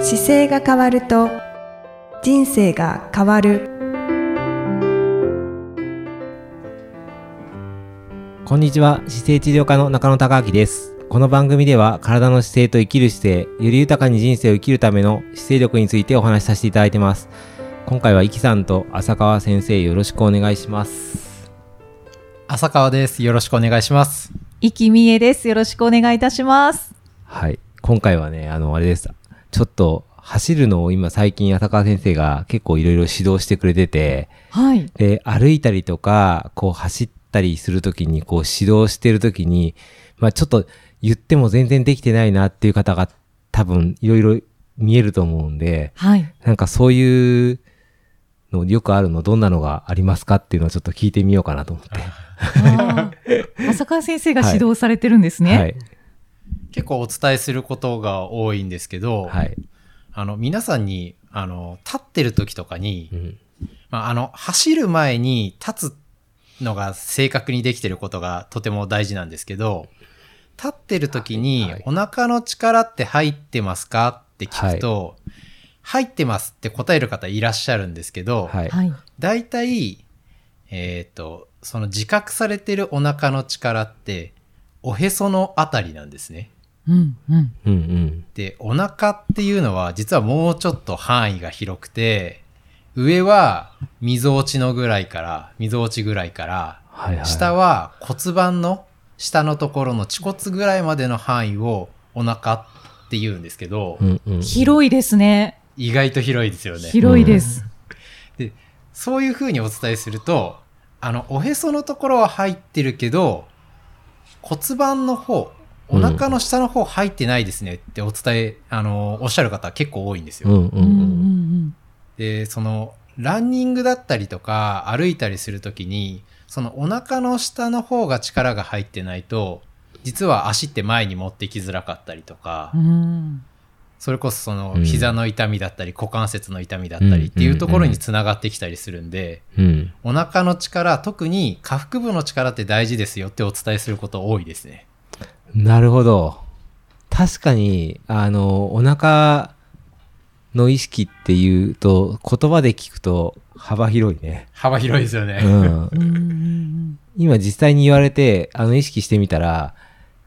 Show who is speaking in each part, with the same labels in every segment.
Speaker 1: 姿勢が変わると人生が変わる
Speaker 2: こんにちは姿勢治療科の中野孝明ですこの番組では体の姿勢と生きる姿勢より豊かに人生を生きるための姿勢力についてお話しさせていただいてます今回はイキさんと浅川先生よろしくお願いします
Speaker 3: 浅川です。よろしくお願いします。
Speaker 4: 生きみえです。よろしくお願いいたします。
Speaker 2: はい今回はねあのあれですちょっと走るのを今最近浅川先生が結構いろいろ指導してくれてて
Speaker 4: はい。
Speaker 2: で歩いたりとかこう走ったりするときにこう指導してるときに、まあ、ちょっと言っても全然できてないなっていう方が多分いろいろ見えると思うんで
Speaker 4: はい。
Speaker 2: なんかそういうのよくあるのどんなのがありますかっていうのをちょっと聞いてみようかなと思って。
Speaker 4: 浅川先生が指導されてるんですね。
Speaker 2: はい、
Speaker 3: 結構お伝えすることが多いんですけど、
Speaker 2: はい
Speaker 3: あの皆さんにあの立ってる時とかに、
Speaker 2: うん
Speaker 3: まあ、あの走る前に立つのが正確にできてることがとても大事なんですけど、立ってる時に、
Speaker 2: はいはい
Speaker 3: お腹の力って入ってますかって聞くと、入ってますって答える方いらっしゃるんですけど、
Speaker 2: はい
Speaker 4: はい。
Speaker 3: 大体、えっ、と、その自覚されてるお腹の力って、おへそのあたりなんですね。
Speaker 4: うん。うん。
Speaker 2: うんうん
Speaker 3: で、お腹っていうのは実はもうちょっと範囲が広くて、上はみぞおちのぐらいから、みぞおちぐらいから、
Speaker 2: はいはい、
Speaker 3: 下は骨盤の下のところの恥骨ぐらいまでの範囲をお腹って言うんですけど、
Speaker 2: うんうん、
Speaker 4: 広いですね。
Speaker 3: 意外と広いですよね。
Speaker 4: 広いです。
Speaker 3: そういうふうにお伝えすると、あの、おへそのところは入ってるけど、骨盤の方、お腹の下の方入ってないですねってお伝え、あの、おっしゃる方結構多いんですよ。
Speaker 2: うんうんう
Speaker 4: うん。うん
Speaker 2: ん
Speaker 3: で、その、ランニングだったりとか、歩いたりするときに、そのお腹の下の方が力が入ってないと、実は足って前に持ってきづらかったりとか、
Speaker 4: うん。うん。
Speaker 3: それこそその
Speaker 2: うん
Speaker 3: 膝の痛みだったり、股関節の痛みだったりっていうところにつながってきたりするんで、
Speaker 2: うん
Speaker 3: お腹の力、特に下腹部の力って大事ですよってお伝えすること多いですね。
Speaker 2: なるほど。確かに、あの、お腹の意識っていうと、言葉で聞くと幅広いね。
Speaker 3: 幅広いですよね。
Speaker 2: う ん
Speaker 4: うんうんうん。
Speaker 2: 今実際に言われて、あの、意識してみたら、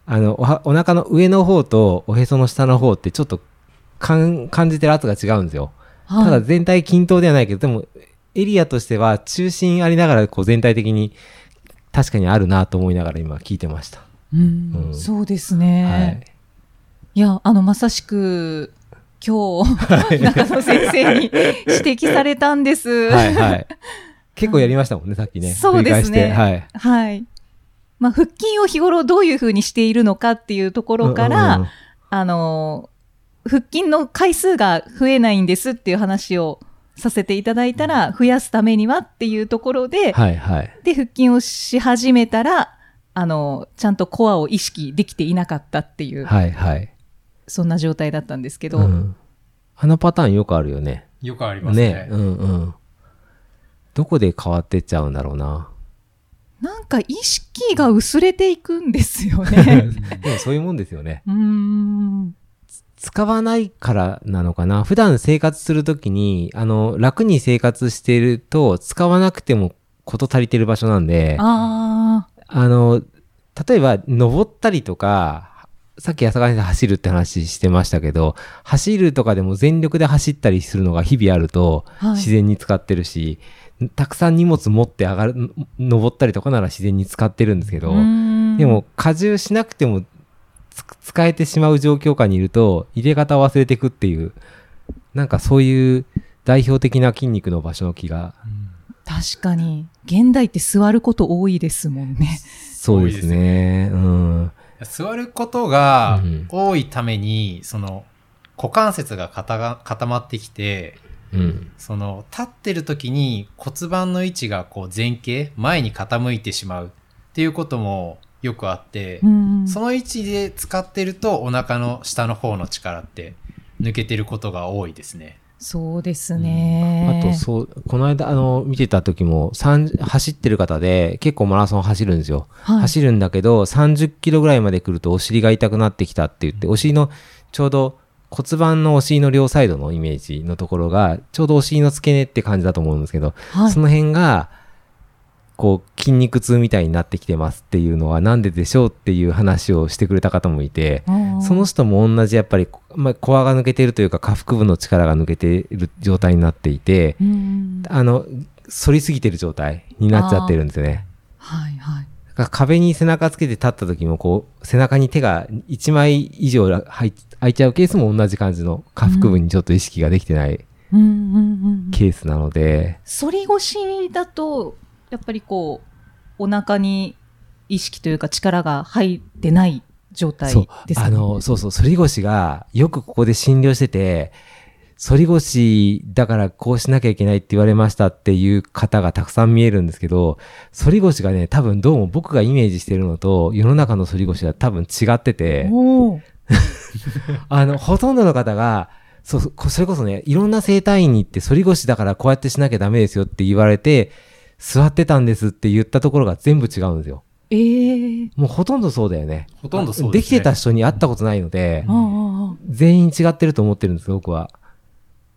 Speaker 2: あの、おはお腹の上の方とおへその下の方ってちょっと感感じてる圧が違うんですよ。た
Speaker 4: は
Speaker 2: だ
Speaker 4: い。
Speaker 2: 全体均等ではないけど、でも、エリアとしては中心ありながら、こう全体的に確かにあるなと思いながら今聞いてました。
Speaker 4: うん。そうですね。いや、あの、まさしく、今日、中野先生 に指摘されたんです。
Speaker 2: はいはいはい。結構やりましたもんね、さっきね。
Speaker 4: そうですね
Speaker 2: 繰り返して
Speaker 4: はい。まあ、腹筋を日頃どういうふうにしているのかっていうとこ
Speaker 2: はい。
Speaker 4: ろから、あの、腹筋の回数が増えないんですっていう話をさせていただいたら、増やすためにはっていうところで、
Speaker 2: はいはい。
Speaker 4: で、腹筋をし始めたら、あの、ちゃんとコアを意識できていなかったっていう、
Speaker 2: はいはい。
Speaker 4: そんな状態だったんですけど、
Speaker 2: うんあのパターンよくあるよね。
Speaker 3: よくありますね。
Speaker 2: ね。うんうん。どこで変わってっちゃうんだろうな。
Speaker 4: なんか意識が薄れていくんですよ ね。
Speaker 2: でもそういうもんですよね。
Speaker 4: うーん。
Speaker 2: 使わないからなのかな。普段生活するときに、あの、楽に生活していると、使わなくてもこと足りてる場所なんで、
Speaker 4: ああ、
Speaker 2: あの、例えば、登ったりとか、さっき朝川先生走るって話してましたけど、走るとかでも全力で走ったりするのが日々あると、
Speaker 4: はい
Speaker 2: 自然に使ってるし、たくさん荷物持って上がる、登ったりとかなら自然に使ってるんですけど、
Speaker 4: うーん
Speaker 2: でも、荷重しなくてもつ使えてしまう状況下にいると、入れ方を忘れていくっていう、なんかそういう代表的な筋肉の場所の気が、
Speaker 4: 確かに、現代って座ること多いですもんね。
Speaker 2: そうですね。うん。
Speaker 3: 座ることが
Speaker 2: うん
Speaker 3: 多いために、その、股関節が固が固まってきて、
Speaker 2: うん。
Speaker 3: その、立ってる時に骨盤の位置がこう前傾、前に傾いてしまうっていうこともよくあって、
Speaker 4: うん
Speaker 3: その位置で使ってるとお腹の下の方の力って抜けてることが多いですね。
Speaker 4: そうですね。
Speaker 2: あと、そう、この間、あの、見てた時も、三走ってる方で、結構マラソン走るんですよ。
Speaker 4: はい
Speaker 2: 走るんだけど、30キロぐらいまで来るとお尻が痛くなってきたって言って、お尻のちょうど骨盤のお尻の両サイドのイメージのところが、ちょうどお尻の付け根って感じだと思うんですけど、
Speaker 4: はい
Speaker 2: その辺が、こう、筋肉痛みたいになってきてますっていうのは、なんででしょうっていう話をしてくれた方もいて、その人も同じやっぱり、まあ、コアが抜けてるというか下腹部の力が抜けてる状態になっていて、
Speaker 4: うん
Speaker 2: あの反りすぎてる状態になっちゃってるんですよね。
Speaker 4: はいはい
Speaker 2: だから壁に背中つけて立った時もこう背中に手が1枚以上入っ開いちゃうケースも同じ感じの下腹部にちょっと意識ができてない
Speaker 4: うんうんうん
Speaker 2: ケースなので、
Speaker 4: 反り腰だとやっぱりこうお腹に意識というか力が入ってない状態
Speaker 2: そう
Speaker 4: です
Speaker 2: あ
Speaker 4: ね
Speaker 2: のそうそう反り腰がよくここで診療してて反り腰だからこうしなきゃいけないって言われましたっていう方がたくさん見えるんですけど反り腰がね多分どうも僕がイメージしてるのと世の中の反り腰は多分違ってて
Speaker 4: おー
Speaker 2: あのほとんどの方がそうそうこそれこそねいろんな整体院に行って反り腰だからこうやってしなきゃダメですよって言われて座ってたんですって言ったところが全部違うんですよ。
Speaker 4: えー、
Speaker 2: もうほとんどそうだよね。
Speaker 3: ほとんどそう
Speaker 2: で
Speaker 3: ですね
Speaker 2: きてた人に会ったことないので、
Speaker 4: あー
Speaker 2: 全員違ってると思ってるんです僕は。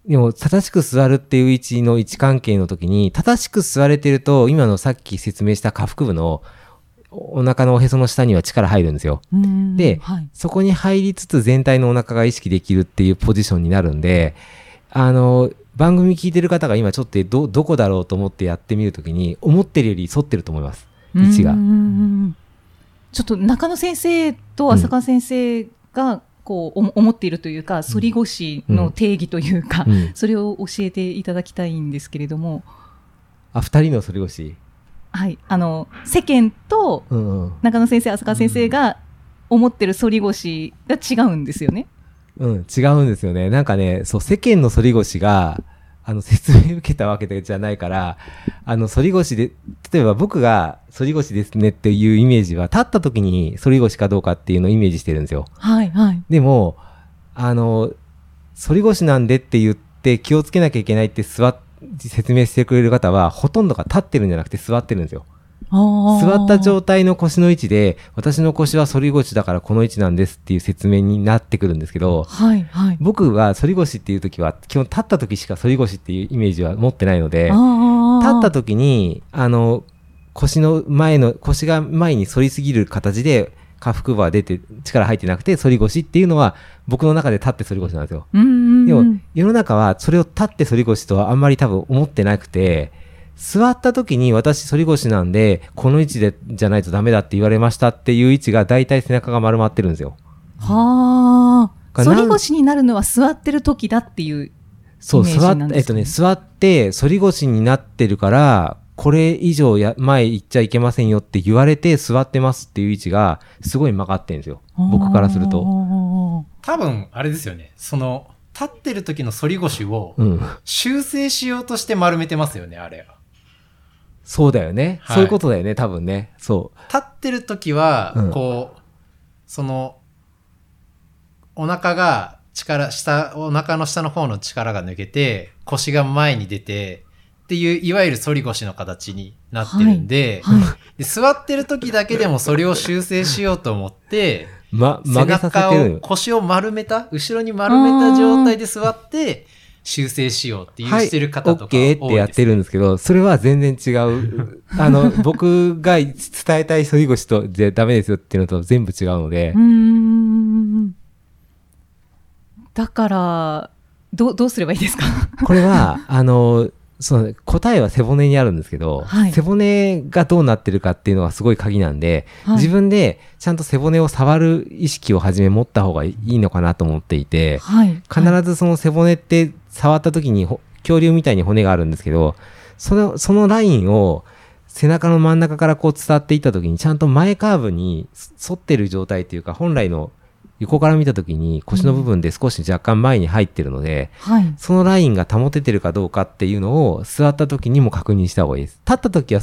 Speaker 2: でも、正しく座るっていう位置の位置関係の時に、正しく座れてると、今のさっき説明した下腹部のおお腹のおへその下には力入るんですよ。
Speaker 4: うん
Speaker 2: で
Speaker 4: はい、
Speaker 2: そこに入りつつ全体のお腹が意識できるっていうポジションになるんで、あの、番組聞いてる方が今ちょっとど、どこだろうと思ってやってみるときに、思ってるより反ってると思います。位置が
Speaker 4: うんうんうんちょっと中野先生と浅川先生がこうおも思っているというか反り腰の定義というか、
Speaker 2: うん。
Speaker 4: それを教えていただきたいんですけれども、
Speaker 2: あ、二人の反り腰。
Speaker 4: はい、あの世間と
Speaker 2: うんうん。
Speaker 4: 中野先生浅川先生が思ってる反り腰が違うんですよね。
Speaker 2: うん、違うんですよね。なんかね、そう、世間の反り腰が、あの、説明受けたわけじゃないから、あの、反り腰で、例えば僕が反り腰ですねっていうイメージは、立った時に反り腰かどうかっていうのをイメージしてるんですよ。
Speaker 4: はいはい。
Speaker 2: でも、あの、反り腰なんでって言って気をつけなきゃいけないって座っ説明してくれる方は、ほとんどが立ってるんじゃなくて座ってるんですよ。座った状態の腰の位置で、私の腰は反り腰だからこの位置なんですっていう説明になってくるんですけど、
Speaker 4: はいはい。
Speaker 2: 僕は反り腰っていう時は基本立った時しか反り腰っていうイメージは持ってないので
Speaker 4: あ
Speaker 2: 立
Speaker 4: ー
Speaker 2: った時にあの腰の前の腰が前に反りすぎる形で下腹部は出て力入ってなくて反り腰っていうのは僕の中で立って反り腰なんですよ。
Speaker 4: うんうん
Speaker 2: で
Speaker 4: う
Speaker 2: も
Speaker 4: ん。
Speaker 2: 世の中はそれを立って反り腰とはあんまり多分思ってなくて座った時に私反り腰なんでこの位置でじゃないとダメだって言われましたっていう位置が大体背中が丸まってるんですよ。
Speaker 4: はあ。
Speaker 2: だから
Speaker 4: 反
Speaker 2: なん
Speaker 4: り腰になるのは座ってる時だっていう。
Speaker 2: そう、
Speaker 4: イメージ
Speaker 2: 座っ
Speaker 4: なん、
Speaker 2: え
Speaker 4: で
Speaker 2: っ
Speaker 4: す
Speaker 2: と
Speaker 4: ね
Speaker 2: ね、座って、反り腰になってるから、これ以上や前行っちゃいけませんよって言われて座ってますっていう位置が、すごい曲がってるんですよ。僕からすると。
Speaker 4: と。
Speaker 3: 多分、あれですよね。その、立ってる時の反り腰を
Speaker 2: うん。
Speaker 3: 修正しようとして丸めてますよね、あれは。
Speaker 2: そうだよね。
Speaker 3: はい
Speaker 2: そういうことだよね、多分ね。そ
Speaker 3: 立ってる時は
Speaker 2: うん、
Speaker 3: こう、その、お腹が力、下、お腹の下の方の力が抜けて、腰が前に出て、っていう、いわゆる反り腰の形になってるんで、
Speaker 4: は
Speaker 3: で座ってる時だけでもそれを修正しようと思って、
Speaker 2: う。ま、
Speaker 3: 背
Speaker 2: 曲げさせ
Speaker 3: 中
Speaker 2: てる
Speaker 3: を、腰を丸めた、後ろに丸めた状態で座って、修正しようっていう
Speaker 2: はい、
Speaker 3: してる方とか多
Speaker 2: オ
Speaker 3: い
Speaker 2: ッ
Speaker 3: です、
Speaker 2: ケーってやってるんですけど、それは全然違う。あの、僕が伝えたい反り腰と、じゃダメですよっていうのと全部違うので
Speaker 4: い。う、ん。だから、どう、どうすればいいです か
Speaker 2: これは、 あの、その答えは背骨にあるんですけど、
Speaker 4: はい
Speaker 2: 背骨がどうなってるかっていうのがすごい鍵なんで、
Speaker 4: はい
Speaker 2: 自分でちゃんと背骨を触る意識をはじめ持った方がいいのかなと思っていて、
Speaker 4: はい。
Speaker 2: 必ずその背骨って触った時にほ恐竜みたいに骨があるんですけど、その、そのラインを背中の真ん中からこう伝っていった時にちゃんと前カーブに沿ってる状態っていうか、本来の横から見た時に腰の部分で少し若干前に入ってるので、
Speaker 4: はい。
Speaker 2: そのラインが保ててるかどうかっていうのを座った時にも確認した方がいいです。立った時は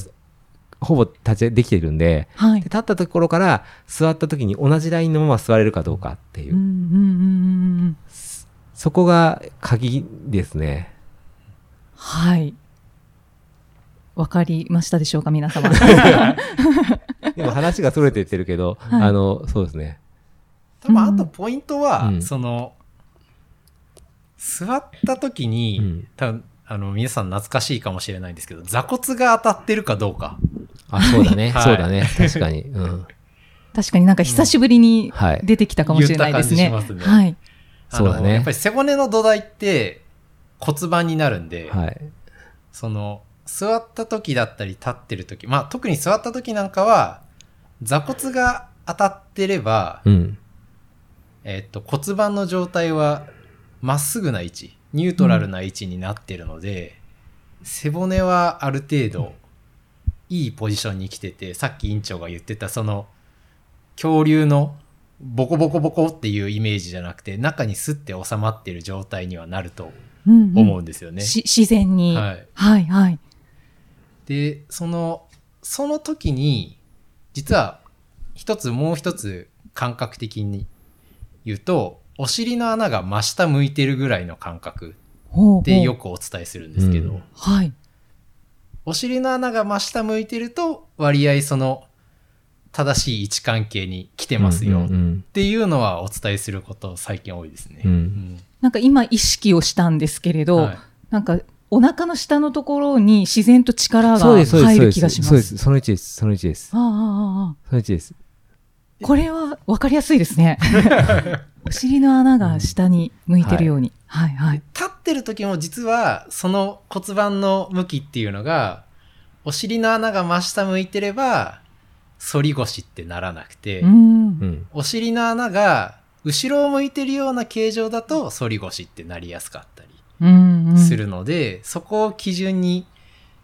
Speaker 2: ほぼ立ちできてるんで、
Speaker 4: は
Speaker 2: で
Speaker 4: い。
Speaker 2: 立ったところから座った時に同じラインのまま座れるかどうかっていうう、
Speaker 4: んうんうんうん。
Speaker 2: そこが鍵です ね。
Speaker 4: はい。わかりましたでしょうか、皆様。
Speaker 2: でも話が逸れてってるけど、
Speaker 4: はい
Speaker 2: あの、そうですね。
Speaker 3: 多分あとポイントは、
Speaker 2: うん
Speaker 3: その座った時に、
Speaker 2: うん
Speaker 3: 多分あの、皆さん懐かしいかもしれないんですけど、座骨が当たってるかどうか。
Speaker 2: あ、そうだね。
Speaker 3: はい
Speaker 2: そうだね。確かに。うん。
Speaker 4: 確かになんか久しぶりに
Speaker 2: はい。
Speaker 4: 出てきたかもしれないですね。
Speaker 3: 言った感じしますね
Speaker 4: はい。
Speaker 3: あの
Speaker 2: そうだね
Speaker 3: やっぱり背骨の土台って骨盤になるんで、
Speaker 2: はい。
Speaker 3: その、座った時だったり立ってる時、まあ特に座った時なんかは、座骨が当たってれば、
Speaker 2: うん。
Speaker 3: えっと骨盤の状態はまっすぐな位置ニュートラルな位置になってるので、背骨はある程度いいポジションに来ててさっき院長が言ってたその恐竜のボコボコボコっていうイメージじゃなくて中にスッて収まってる状態にはなると
Speaker 4: うんうん
Speaker 3: 思うんですよね。
Speaker 4: し自然に。は、
Speaker 3: はいい、
Speaker 4: はい、
Speaker 3: でそのその時に実は一つもう一つ感覚的に言うとお尻の穴が真下向いてるぐらいの感覚
Speaker 4: ほうほう
Speaker 3: でよくお伝えするんですけど、
Speaker 2: うん
Speaker 4: はい。
Speaker 3: お尻の穴が真下向いてると割合その正しい位置関係に来てます
Speaker 2: う
Speaker 3: よ
Speaker 2: んうん
Speaker 3: っていうのはお伝えすること最近多いですね。
Speaker 2: うん
Speaker 3: うん
Speaker 4: なんか今意識をしたんですけれど、
Speaker 3: はい
Speaker 4: なんかお腹の下のところに自然と
Speaker 2: う
Speaker 4: 力
Speaker 2: ん。そう
Speaker 4: が
Speaker 2: です、そうです、
Speaker 4: 入
Speaker 2: そうで
Speaker 4: る気が
Speaker 2: す。
Speaker 4: し
Speaker 2: そう
Speaker 4: ま。
Speaker 2: ですす。その位置です。その位置です。
Speaker 4: あああああ
Speaker 2: その位置です。
Speaker 4: あこれは分かりやすいですね。お尻の穴が下に向いてるように。はい、はい、
Speaker 3: 立ってる時も実はその骨盤の向きっていうのがお尻の穴が真下向いてれば反り腰ってならなくて、
Speaker 4: うん
Speaker 2: う。ん。
Speaker 3: お尻の穴が後ろを向いてるような形状だと反り腰ってなりやすかったり
Speaker 4: うんうん
Speaker 3: するので、そこを基準に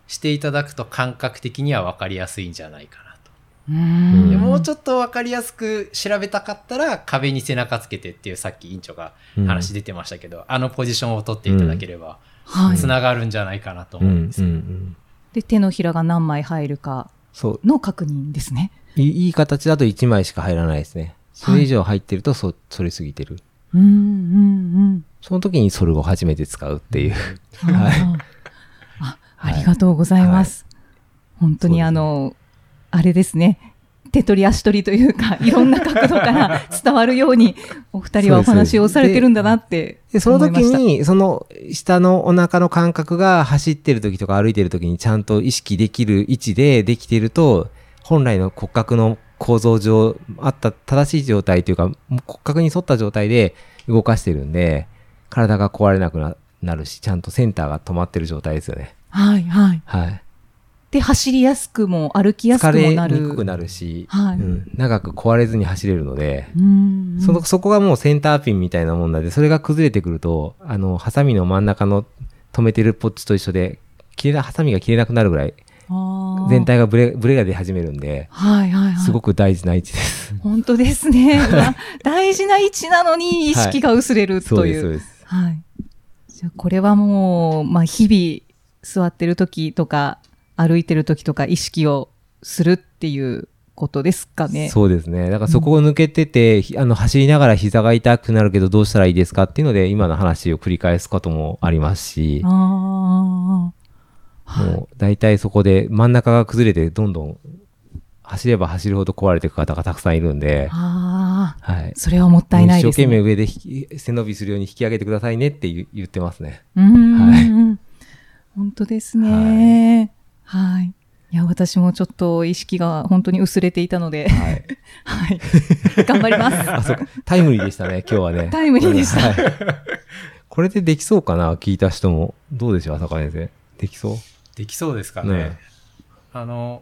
Speaker 3: していただくと感覚的には分かりやすいんじゃないかなと。
Speaker 4: うん
Speaker 3: で
Speaker 2: うん
Speaker 3: もうちょっと分かりやすく調べたかったら壁に背中つけてっていうさっき委員長が
Speaker 2: うん
Speaker 3: 話出てましたけど、あのポジションを取っていただければ、
Speaker 4: はい
Speaker 3: つ、ながるんじゃないかなと
Speaker 2: う
Speaker 3: 思うん
Speaker 2: ん
Speaker 3: で。す
Speaker 2: うんう
Speaker 3: よ。
Speaker 2: ん。
Speaker 4: で手のひらが何枚入るか
Speaker 2: そう。
Speaker 4: の確認ですね。
Speaker 2: いいい形だと1枚しか入らないですね。それ以上入ってると、そ、それすぎてる。
Speaker 4: うんうん
Speaker 2: その時にソルを初めて使うっていう。
Speaker 4: うん。
Speaker 2: はい
Speaker 4: うんうん。あ、
Speaker 2: はい
Speaker 4: ありがとうございます。本当
Speaker 2: そう
Speaker 4: に
Speaker 2: ですね
Speaker 4: あの、あれですね。手取り足取りというか、い ろんな角度 から伝わるように、お二人はお話をされてるんだなって
Speaker 2: で、その
Speaker 4: 思いま
Speaker 2: 時
Speaker 4: した。
Speaker 2: に、その下のお腹の感覚が走ってる時とか歩いてる時にちゃんと意識できる位置でできていると、本来の骨格の構造上、あった正しい状態というか、もう骨格に沿った状態で動かしてるんで、体が壊れなくななるし、ちゃんとセンターが止まってる状態ですよね。
Speaker 4: はいはい。
Speaker 2: はい。
Speaker 4: で、走りやすくも歩きやすく
Speaker 2: 疲
Speaker 4: も
Speaker 2: れ
Speaker 4: な
Speaker 2: に
Speaker 4: る。
Speaker 2: くくなるし、
Speaker 4: はい。
Speaker 2: うん、長く壊れずに走れるので、
Speaker 4: うんうん
Speaker 2: そのそこがもうセンターピンみたいなもんなんで、それが崩れてくると、あの、ハサミの真ん中の止めてるポッチと一緒で、切れな、ハサミが切れなくなるぐらい、
Speaker 4: あー
Speaker 2: 全体がブレ、ブレが出始めるんで、
Speaker 4: はいはいはい。
Speaker 2: すごく大事な位置 です。
Speaker 4: 本当です ね。うわ大事な位置なのに意識が薄れる
Speaker 2: そう
Speaker 4: と
Speaker 2: です、
Speaker 4: い
Speaker 2: そう
Speaker 4: う。
Speaker 2: です。
Speaker 4: はい。じゃあこれはもう、まあ日々座ってる時とか歩いてる時とか意識をするっていうことですかね。
Speaker 2: そうですね。だからそこを抜けてて、ひあの、走りながら膝が痛くなるけどどうしたらいいですかっていうので、今の話を繰り返すこともありますし、
Speaker 4: ああ。はい
Speaker 2: もう大体そこで真ん中が崩れて、どんどん走れば走るほど壊れていく方がたくさんいるんで、
Speaker 4: ああ。
Speaker 2: はい。
Speaker 4: それはもったいないです、ね。
Speaker 2: 一生懸命上で引き背伸びするように引き上げてくださいねって言言ってますね。
Speaker 4: うんうん
Speaker 2: はい
Speaker 4: うん。本当ですね。はい。いや、私もちょっと意識が本当に薄れていたので、
Speaker 2: はい。
Speaker 4: はい。頑張 ります。
Speaker 2: あ、そうか。タイムリーでしたね、 今日はね。
Speaker 4: タイムリーでした
Speaker 2: はい。これでできそうかな聞いた人も。どうでしょう、朝香先生。できそう
Speaker 3: できそうですかね。
Speaker 2: ね
Speaker 3: あの、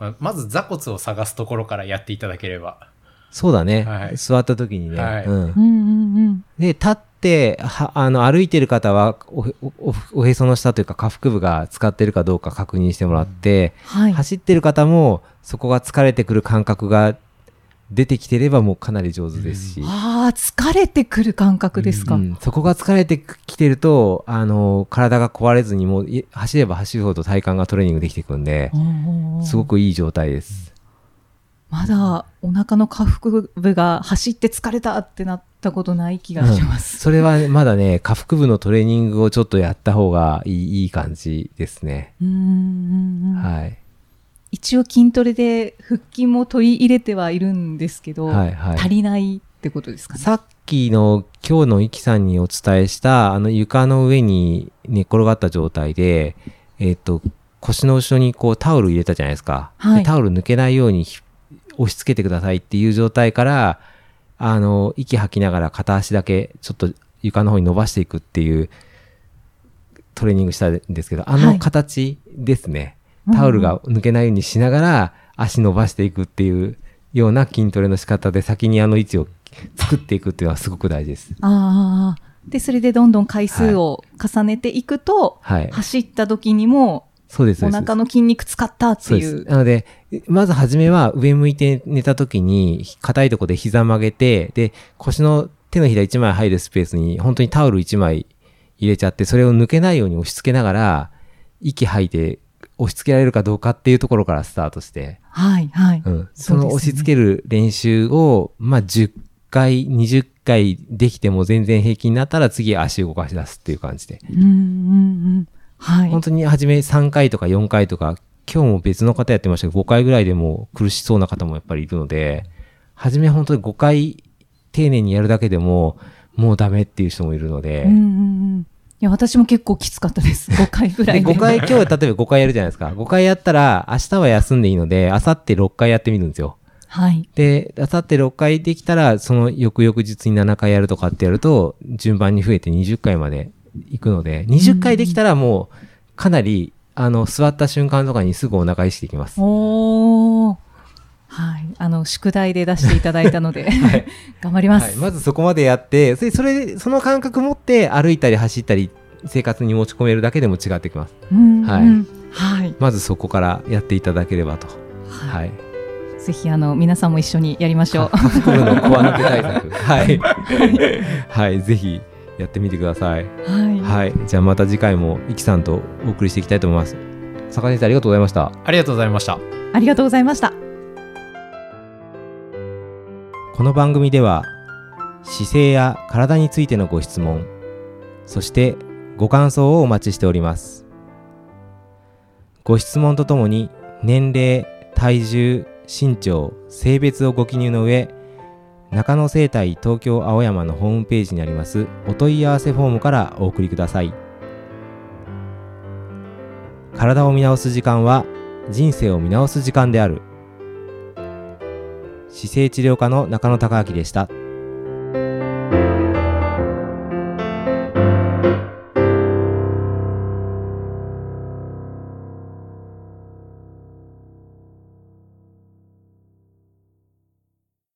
Speaker 3: ままず座骨を探すところからやっていただければ。
Speaker 2: そうだね、
Speaker 3: はい
Speaker 2: 座った時にね。
Speaker 3: はい
Speaker 2: うん
Speaker 4: うんうんうん。
Speaker 2: で、立って、はあの、歩いてる方はおへ、お、おおへその下というか、下腹部が使ってるかどうか確認してもらって、
Speaker 4: はい。
Speaker 2: 走ってる方も、そこが疲れてくる感覚が出てきてれば、もうかなり上手ですし。
Speaker 4: ああ、疲れてくる感覚ですか。
Speaker 2: うんそこが疲れてきてると、あの、体が壊れずにもう、い走れば走るほど体幹がトレーニングできていくんで、
Speaker 4: おー
Speaker 2: すごくいい状態です。
Speaker 4: まだお腹の下腹部が走って疲れたってなったことない気がします。
Speaker 2: それはまだね、下腹部のトレーニングをちょっとやった方がいいいい感じですね。
Speaker 4: うんうんうん
Speaker 2: はい。
Speaker 4: 一応筋トレで腹筋も取り入れてはいるんですけど、
Speaker 2: はいはい
Speaker 4: 足りないっってことですかね。
Speaker 2: さっきの今日のイキさんにお伝えしたあの床の上に寝っ転がった状態で、えっと腰の後ろにこうタオル入れたじゃないですか、
Speaker 4: はい
Speaker 2: でタオル抜けないようにひ押し付けてくださいっていう状態からあの息吐きながら片足だけちょっと床の方に伸ばしていくっていうトレーニングしたんですけどあ
Speaker 4: は
Speaker 2: の
Speaker 4: い
Speaker 2: 形ですね、タオルが抜けないようにしながら足伸ばしていくっていうような筋トレの仕方で先にあの位置を作っていくっていうのはすごく大事です。
Speaker 4: ああ。で、それでどんどん回数を重ねていくと、
Speaker 2: はい。
Speaker 4: 走った時にも
Speaker 2: そうです。そ
Speaker 4: お
Speaker 2: うです
Speaker 4: 腹の筋肉使ったって
Speaker 2: そうで
Speaker 4: い
Speaker 2: す。
Speaker 4: う。
Speaker 2: なので、まずはじめは上向いて寝た時に、硬いとこで膝曲げて、で、腰の手のひら1枚入るスペースに本当にタオル1枚入れちゃって、それを抜けないように押し付けながら、息吐いて押し付けられるかどうかっていうところからスタートして、
Speaker 4: はい、はい。
Speaker 2: うん、
Speaker 4: そ
Speaker 2: そう
Speaker 4: ですね
Speaker 2: の押し付ける練習を、まあ、10回、20回できても全然平均になったら次足動かし出すっていう感じで。
Speaker 4: うん、うん、うん。はい。
Speaker 2: 本当に初め3回とか4回とか、今日も別の方やってましたけど、5回ぐらいでもう苦しそうな方もやっぱりいるので、初め本当に5回丁寧にやるだけでも、もうダメっていう人もいるので、
Speaker 4: うん、うん、うん。いや、私も結構きつかった です。5回ぐら
Speaker 2: で
Speaker 4: いで。
Speaker 2: 5回、今日例えば5回やるじゃないですか。5回やったら、明日は休んでいいので、明後日6回やってみるんですよ。
Speaker 4: はい。
Speaker 2: で、あさって6回できたら、その翌々日に7回やるとかってやると、順番に増えて20回まで行くので、20回できたらもう、かなり、あの、座った瞬間とかにすぐお腹意識できます。
Speaker 4: おー。はい。あの、宿題で出していただいたの で、頑張りま
Speaker 2: はい、
Speaker 4: す。
Speaker 2: まずそこまでやって、それ、それ、その感覚持って歩いたり走ったり、生活に持ち込めるだけでも違ってきます。
Speaker 4: うん、
Speaker 2: は
Speaker 4: はいい。はい。
Speaker 2: まずそこからやっていただければと。
Speaker 4: は
Speaker 2: はい。
Speaker 4: い。ぜひ、あの、皆さんも一緒にやりましょう。
Speaker 2: カプコムのコア抜け対策。はい。はい、ぜひやってみてください。
Speaker 4: はい。
Speaker 2: はい、じゃあまた次回もイキさんとお送りしていきたいと思います。坂根さんありがとうございました。
Speaker 3: ありがとうございました。
Speaker 4: ありがとうございました。
Speaker 2: この番組では姿勢や体についてのご質問、そしてご感想をお待ちしております。ご質問とともに年齢、体重、身長、性別をご記入の上、中野生態東京青山のホームページにありますお問い合わせフォームからお送りください。体を見直す時間は人生を見直す時間である。姿勢治療科の中野孝明でした。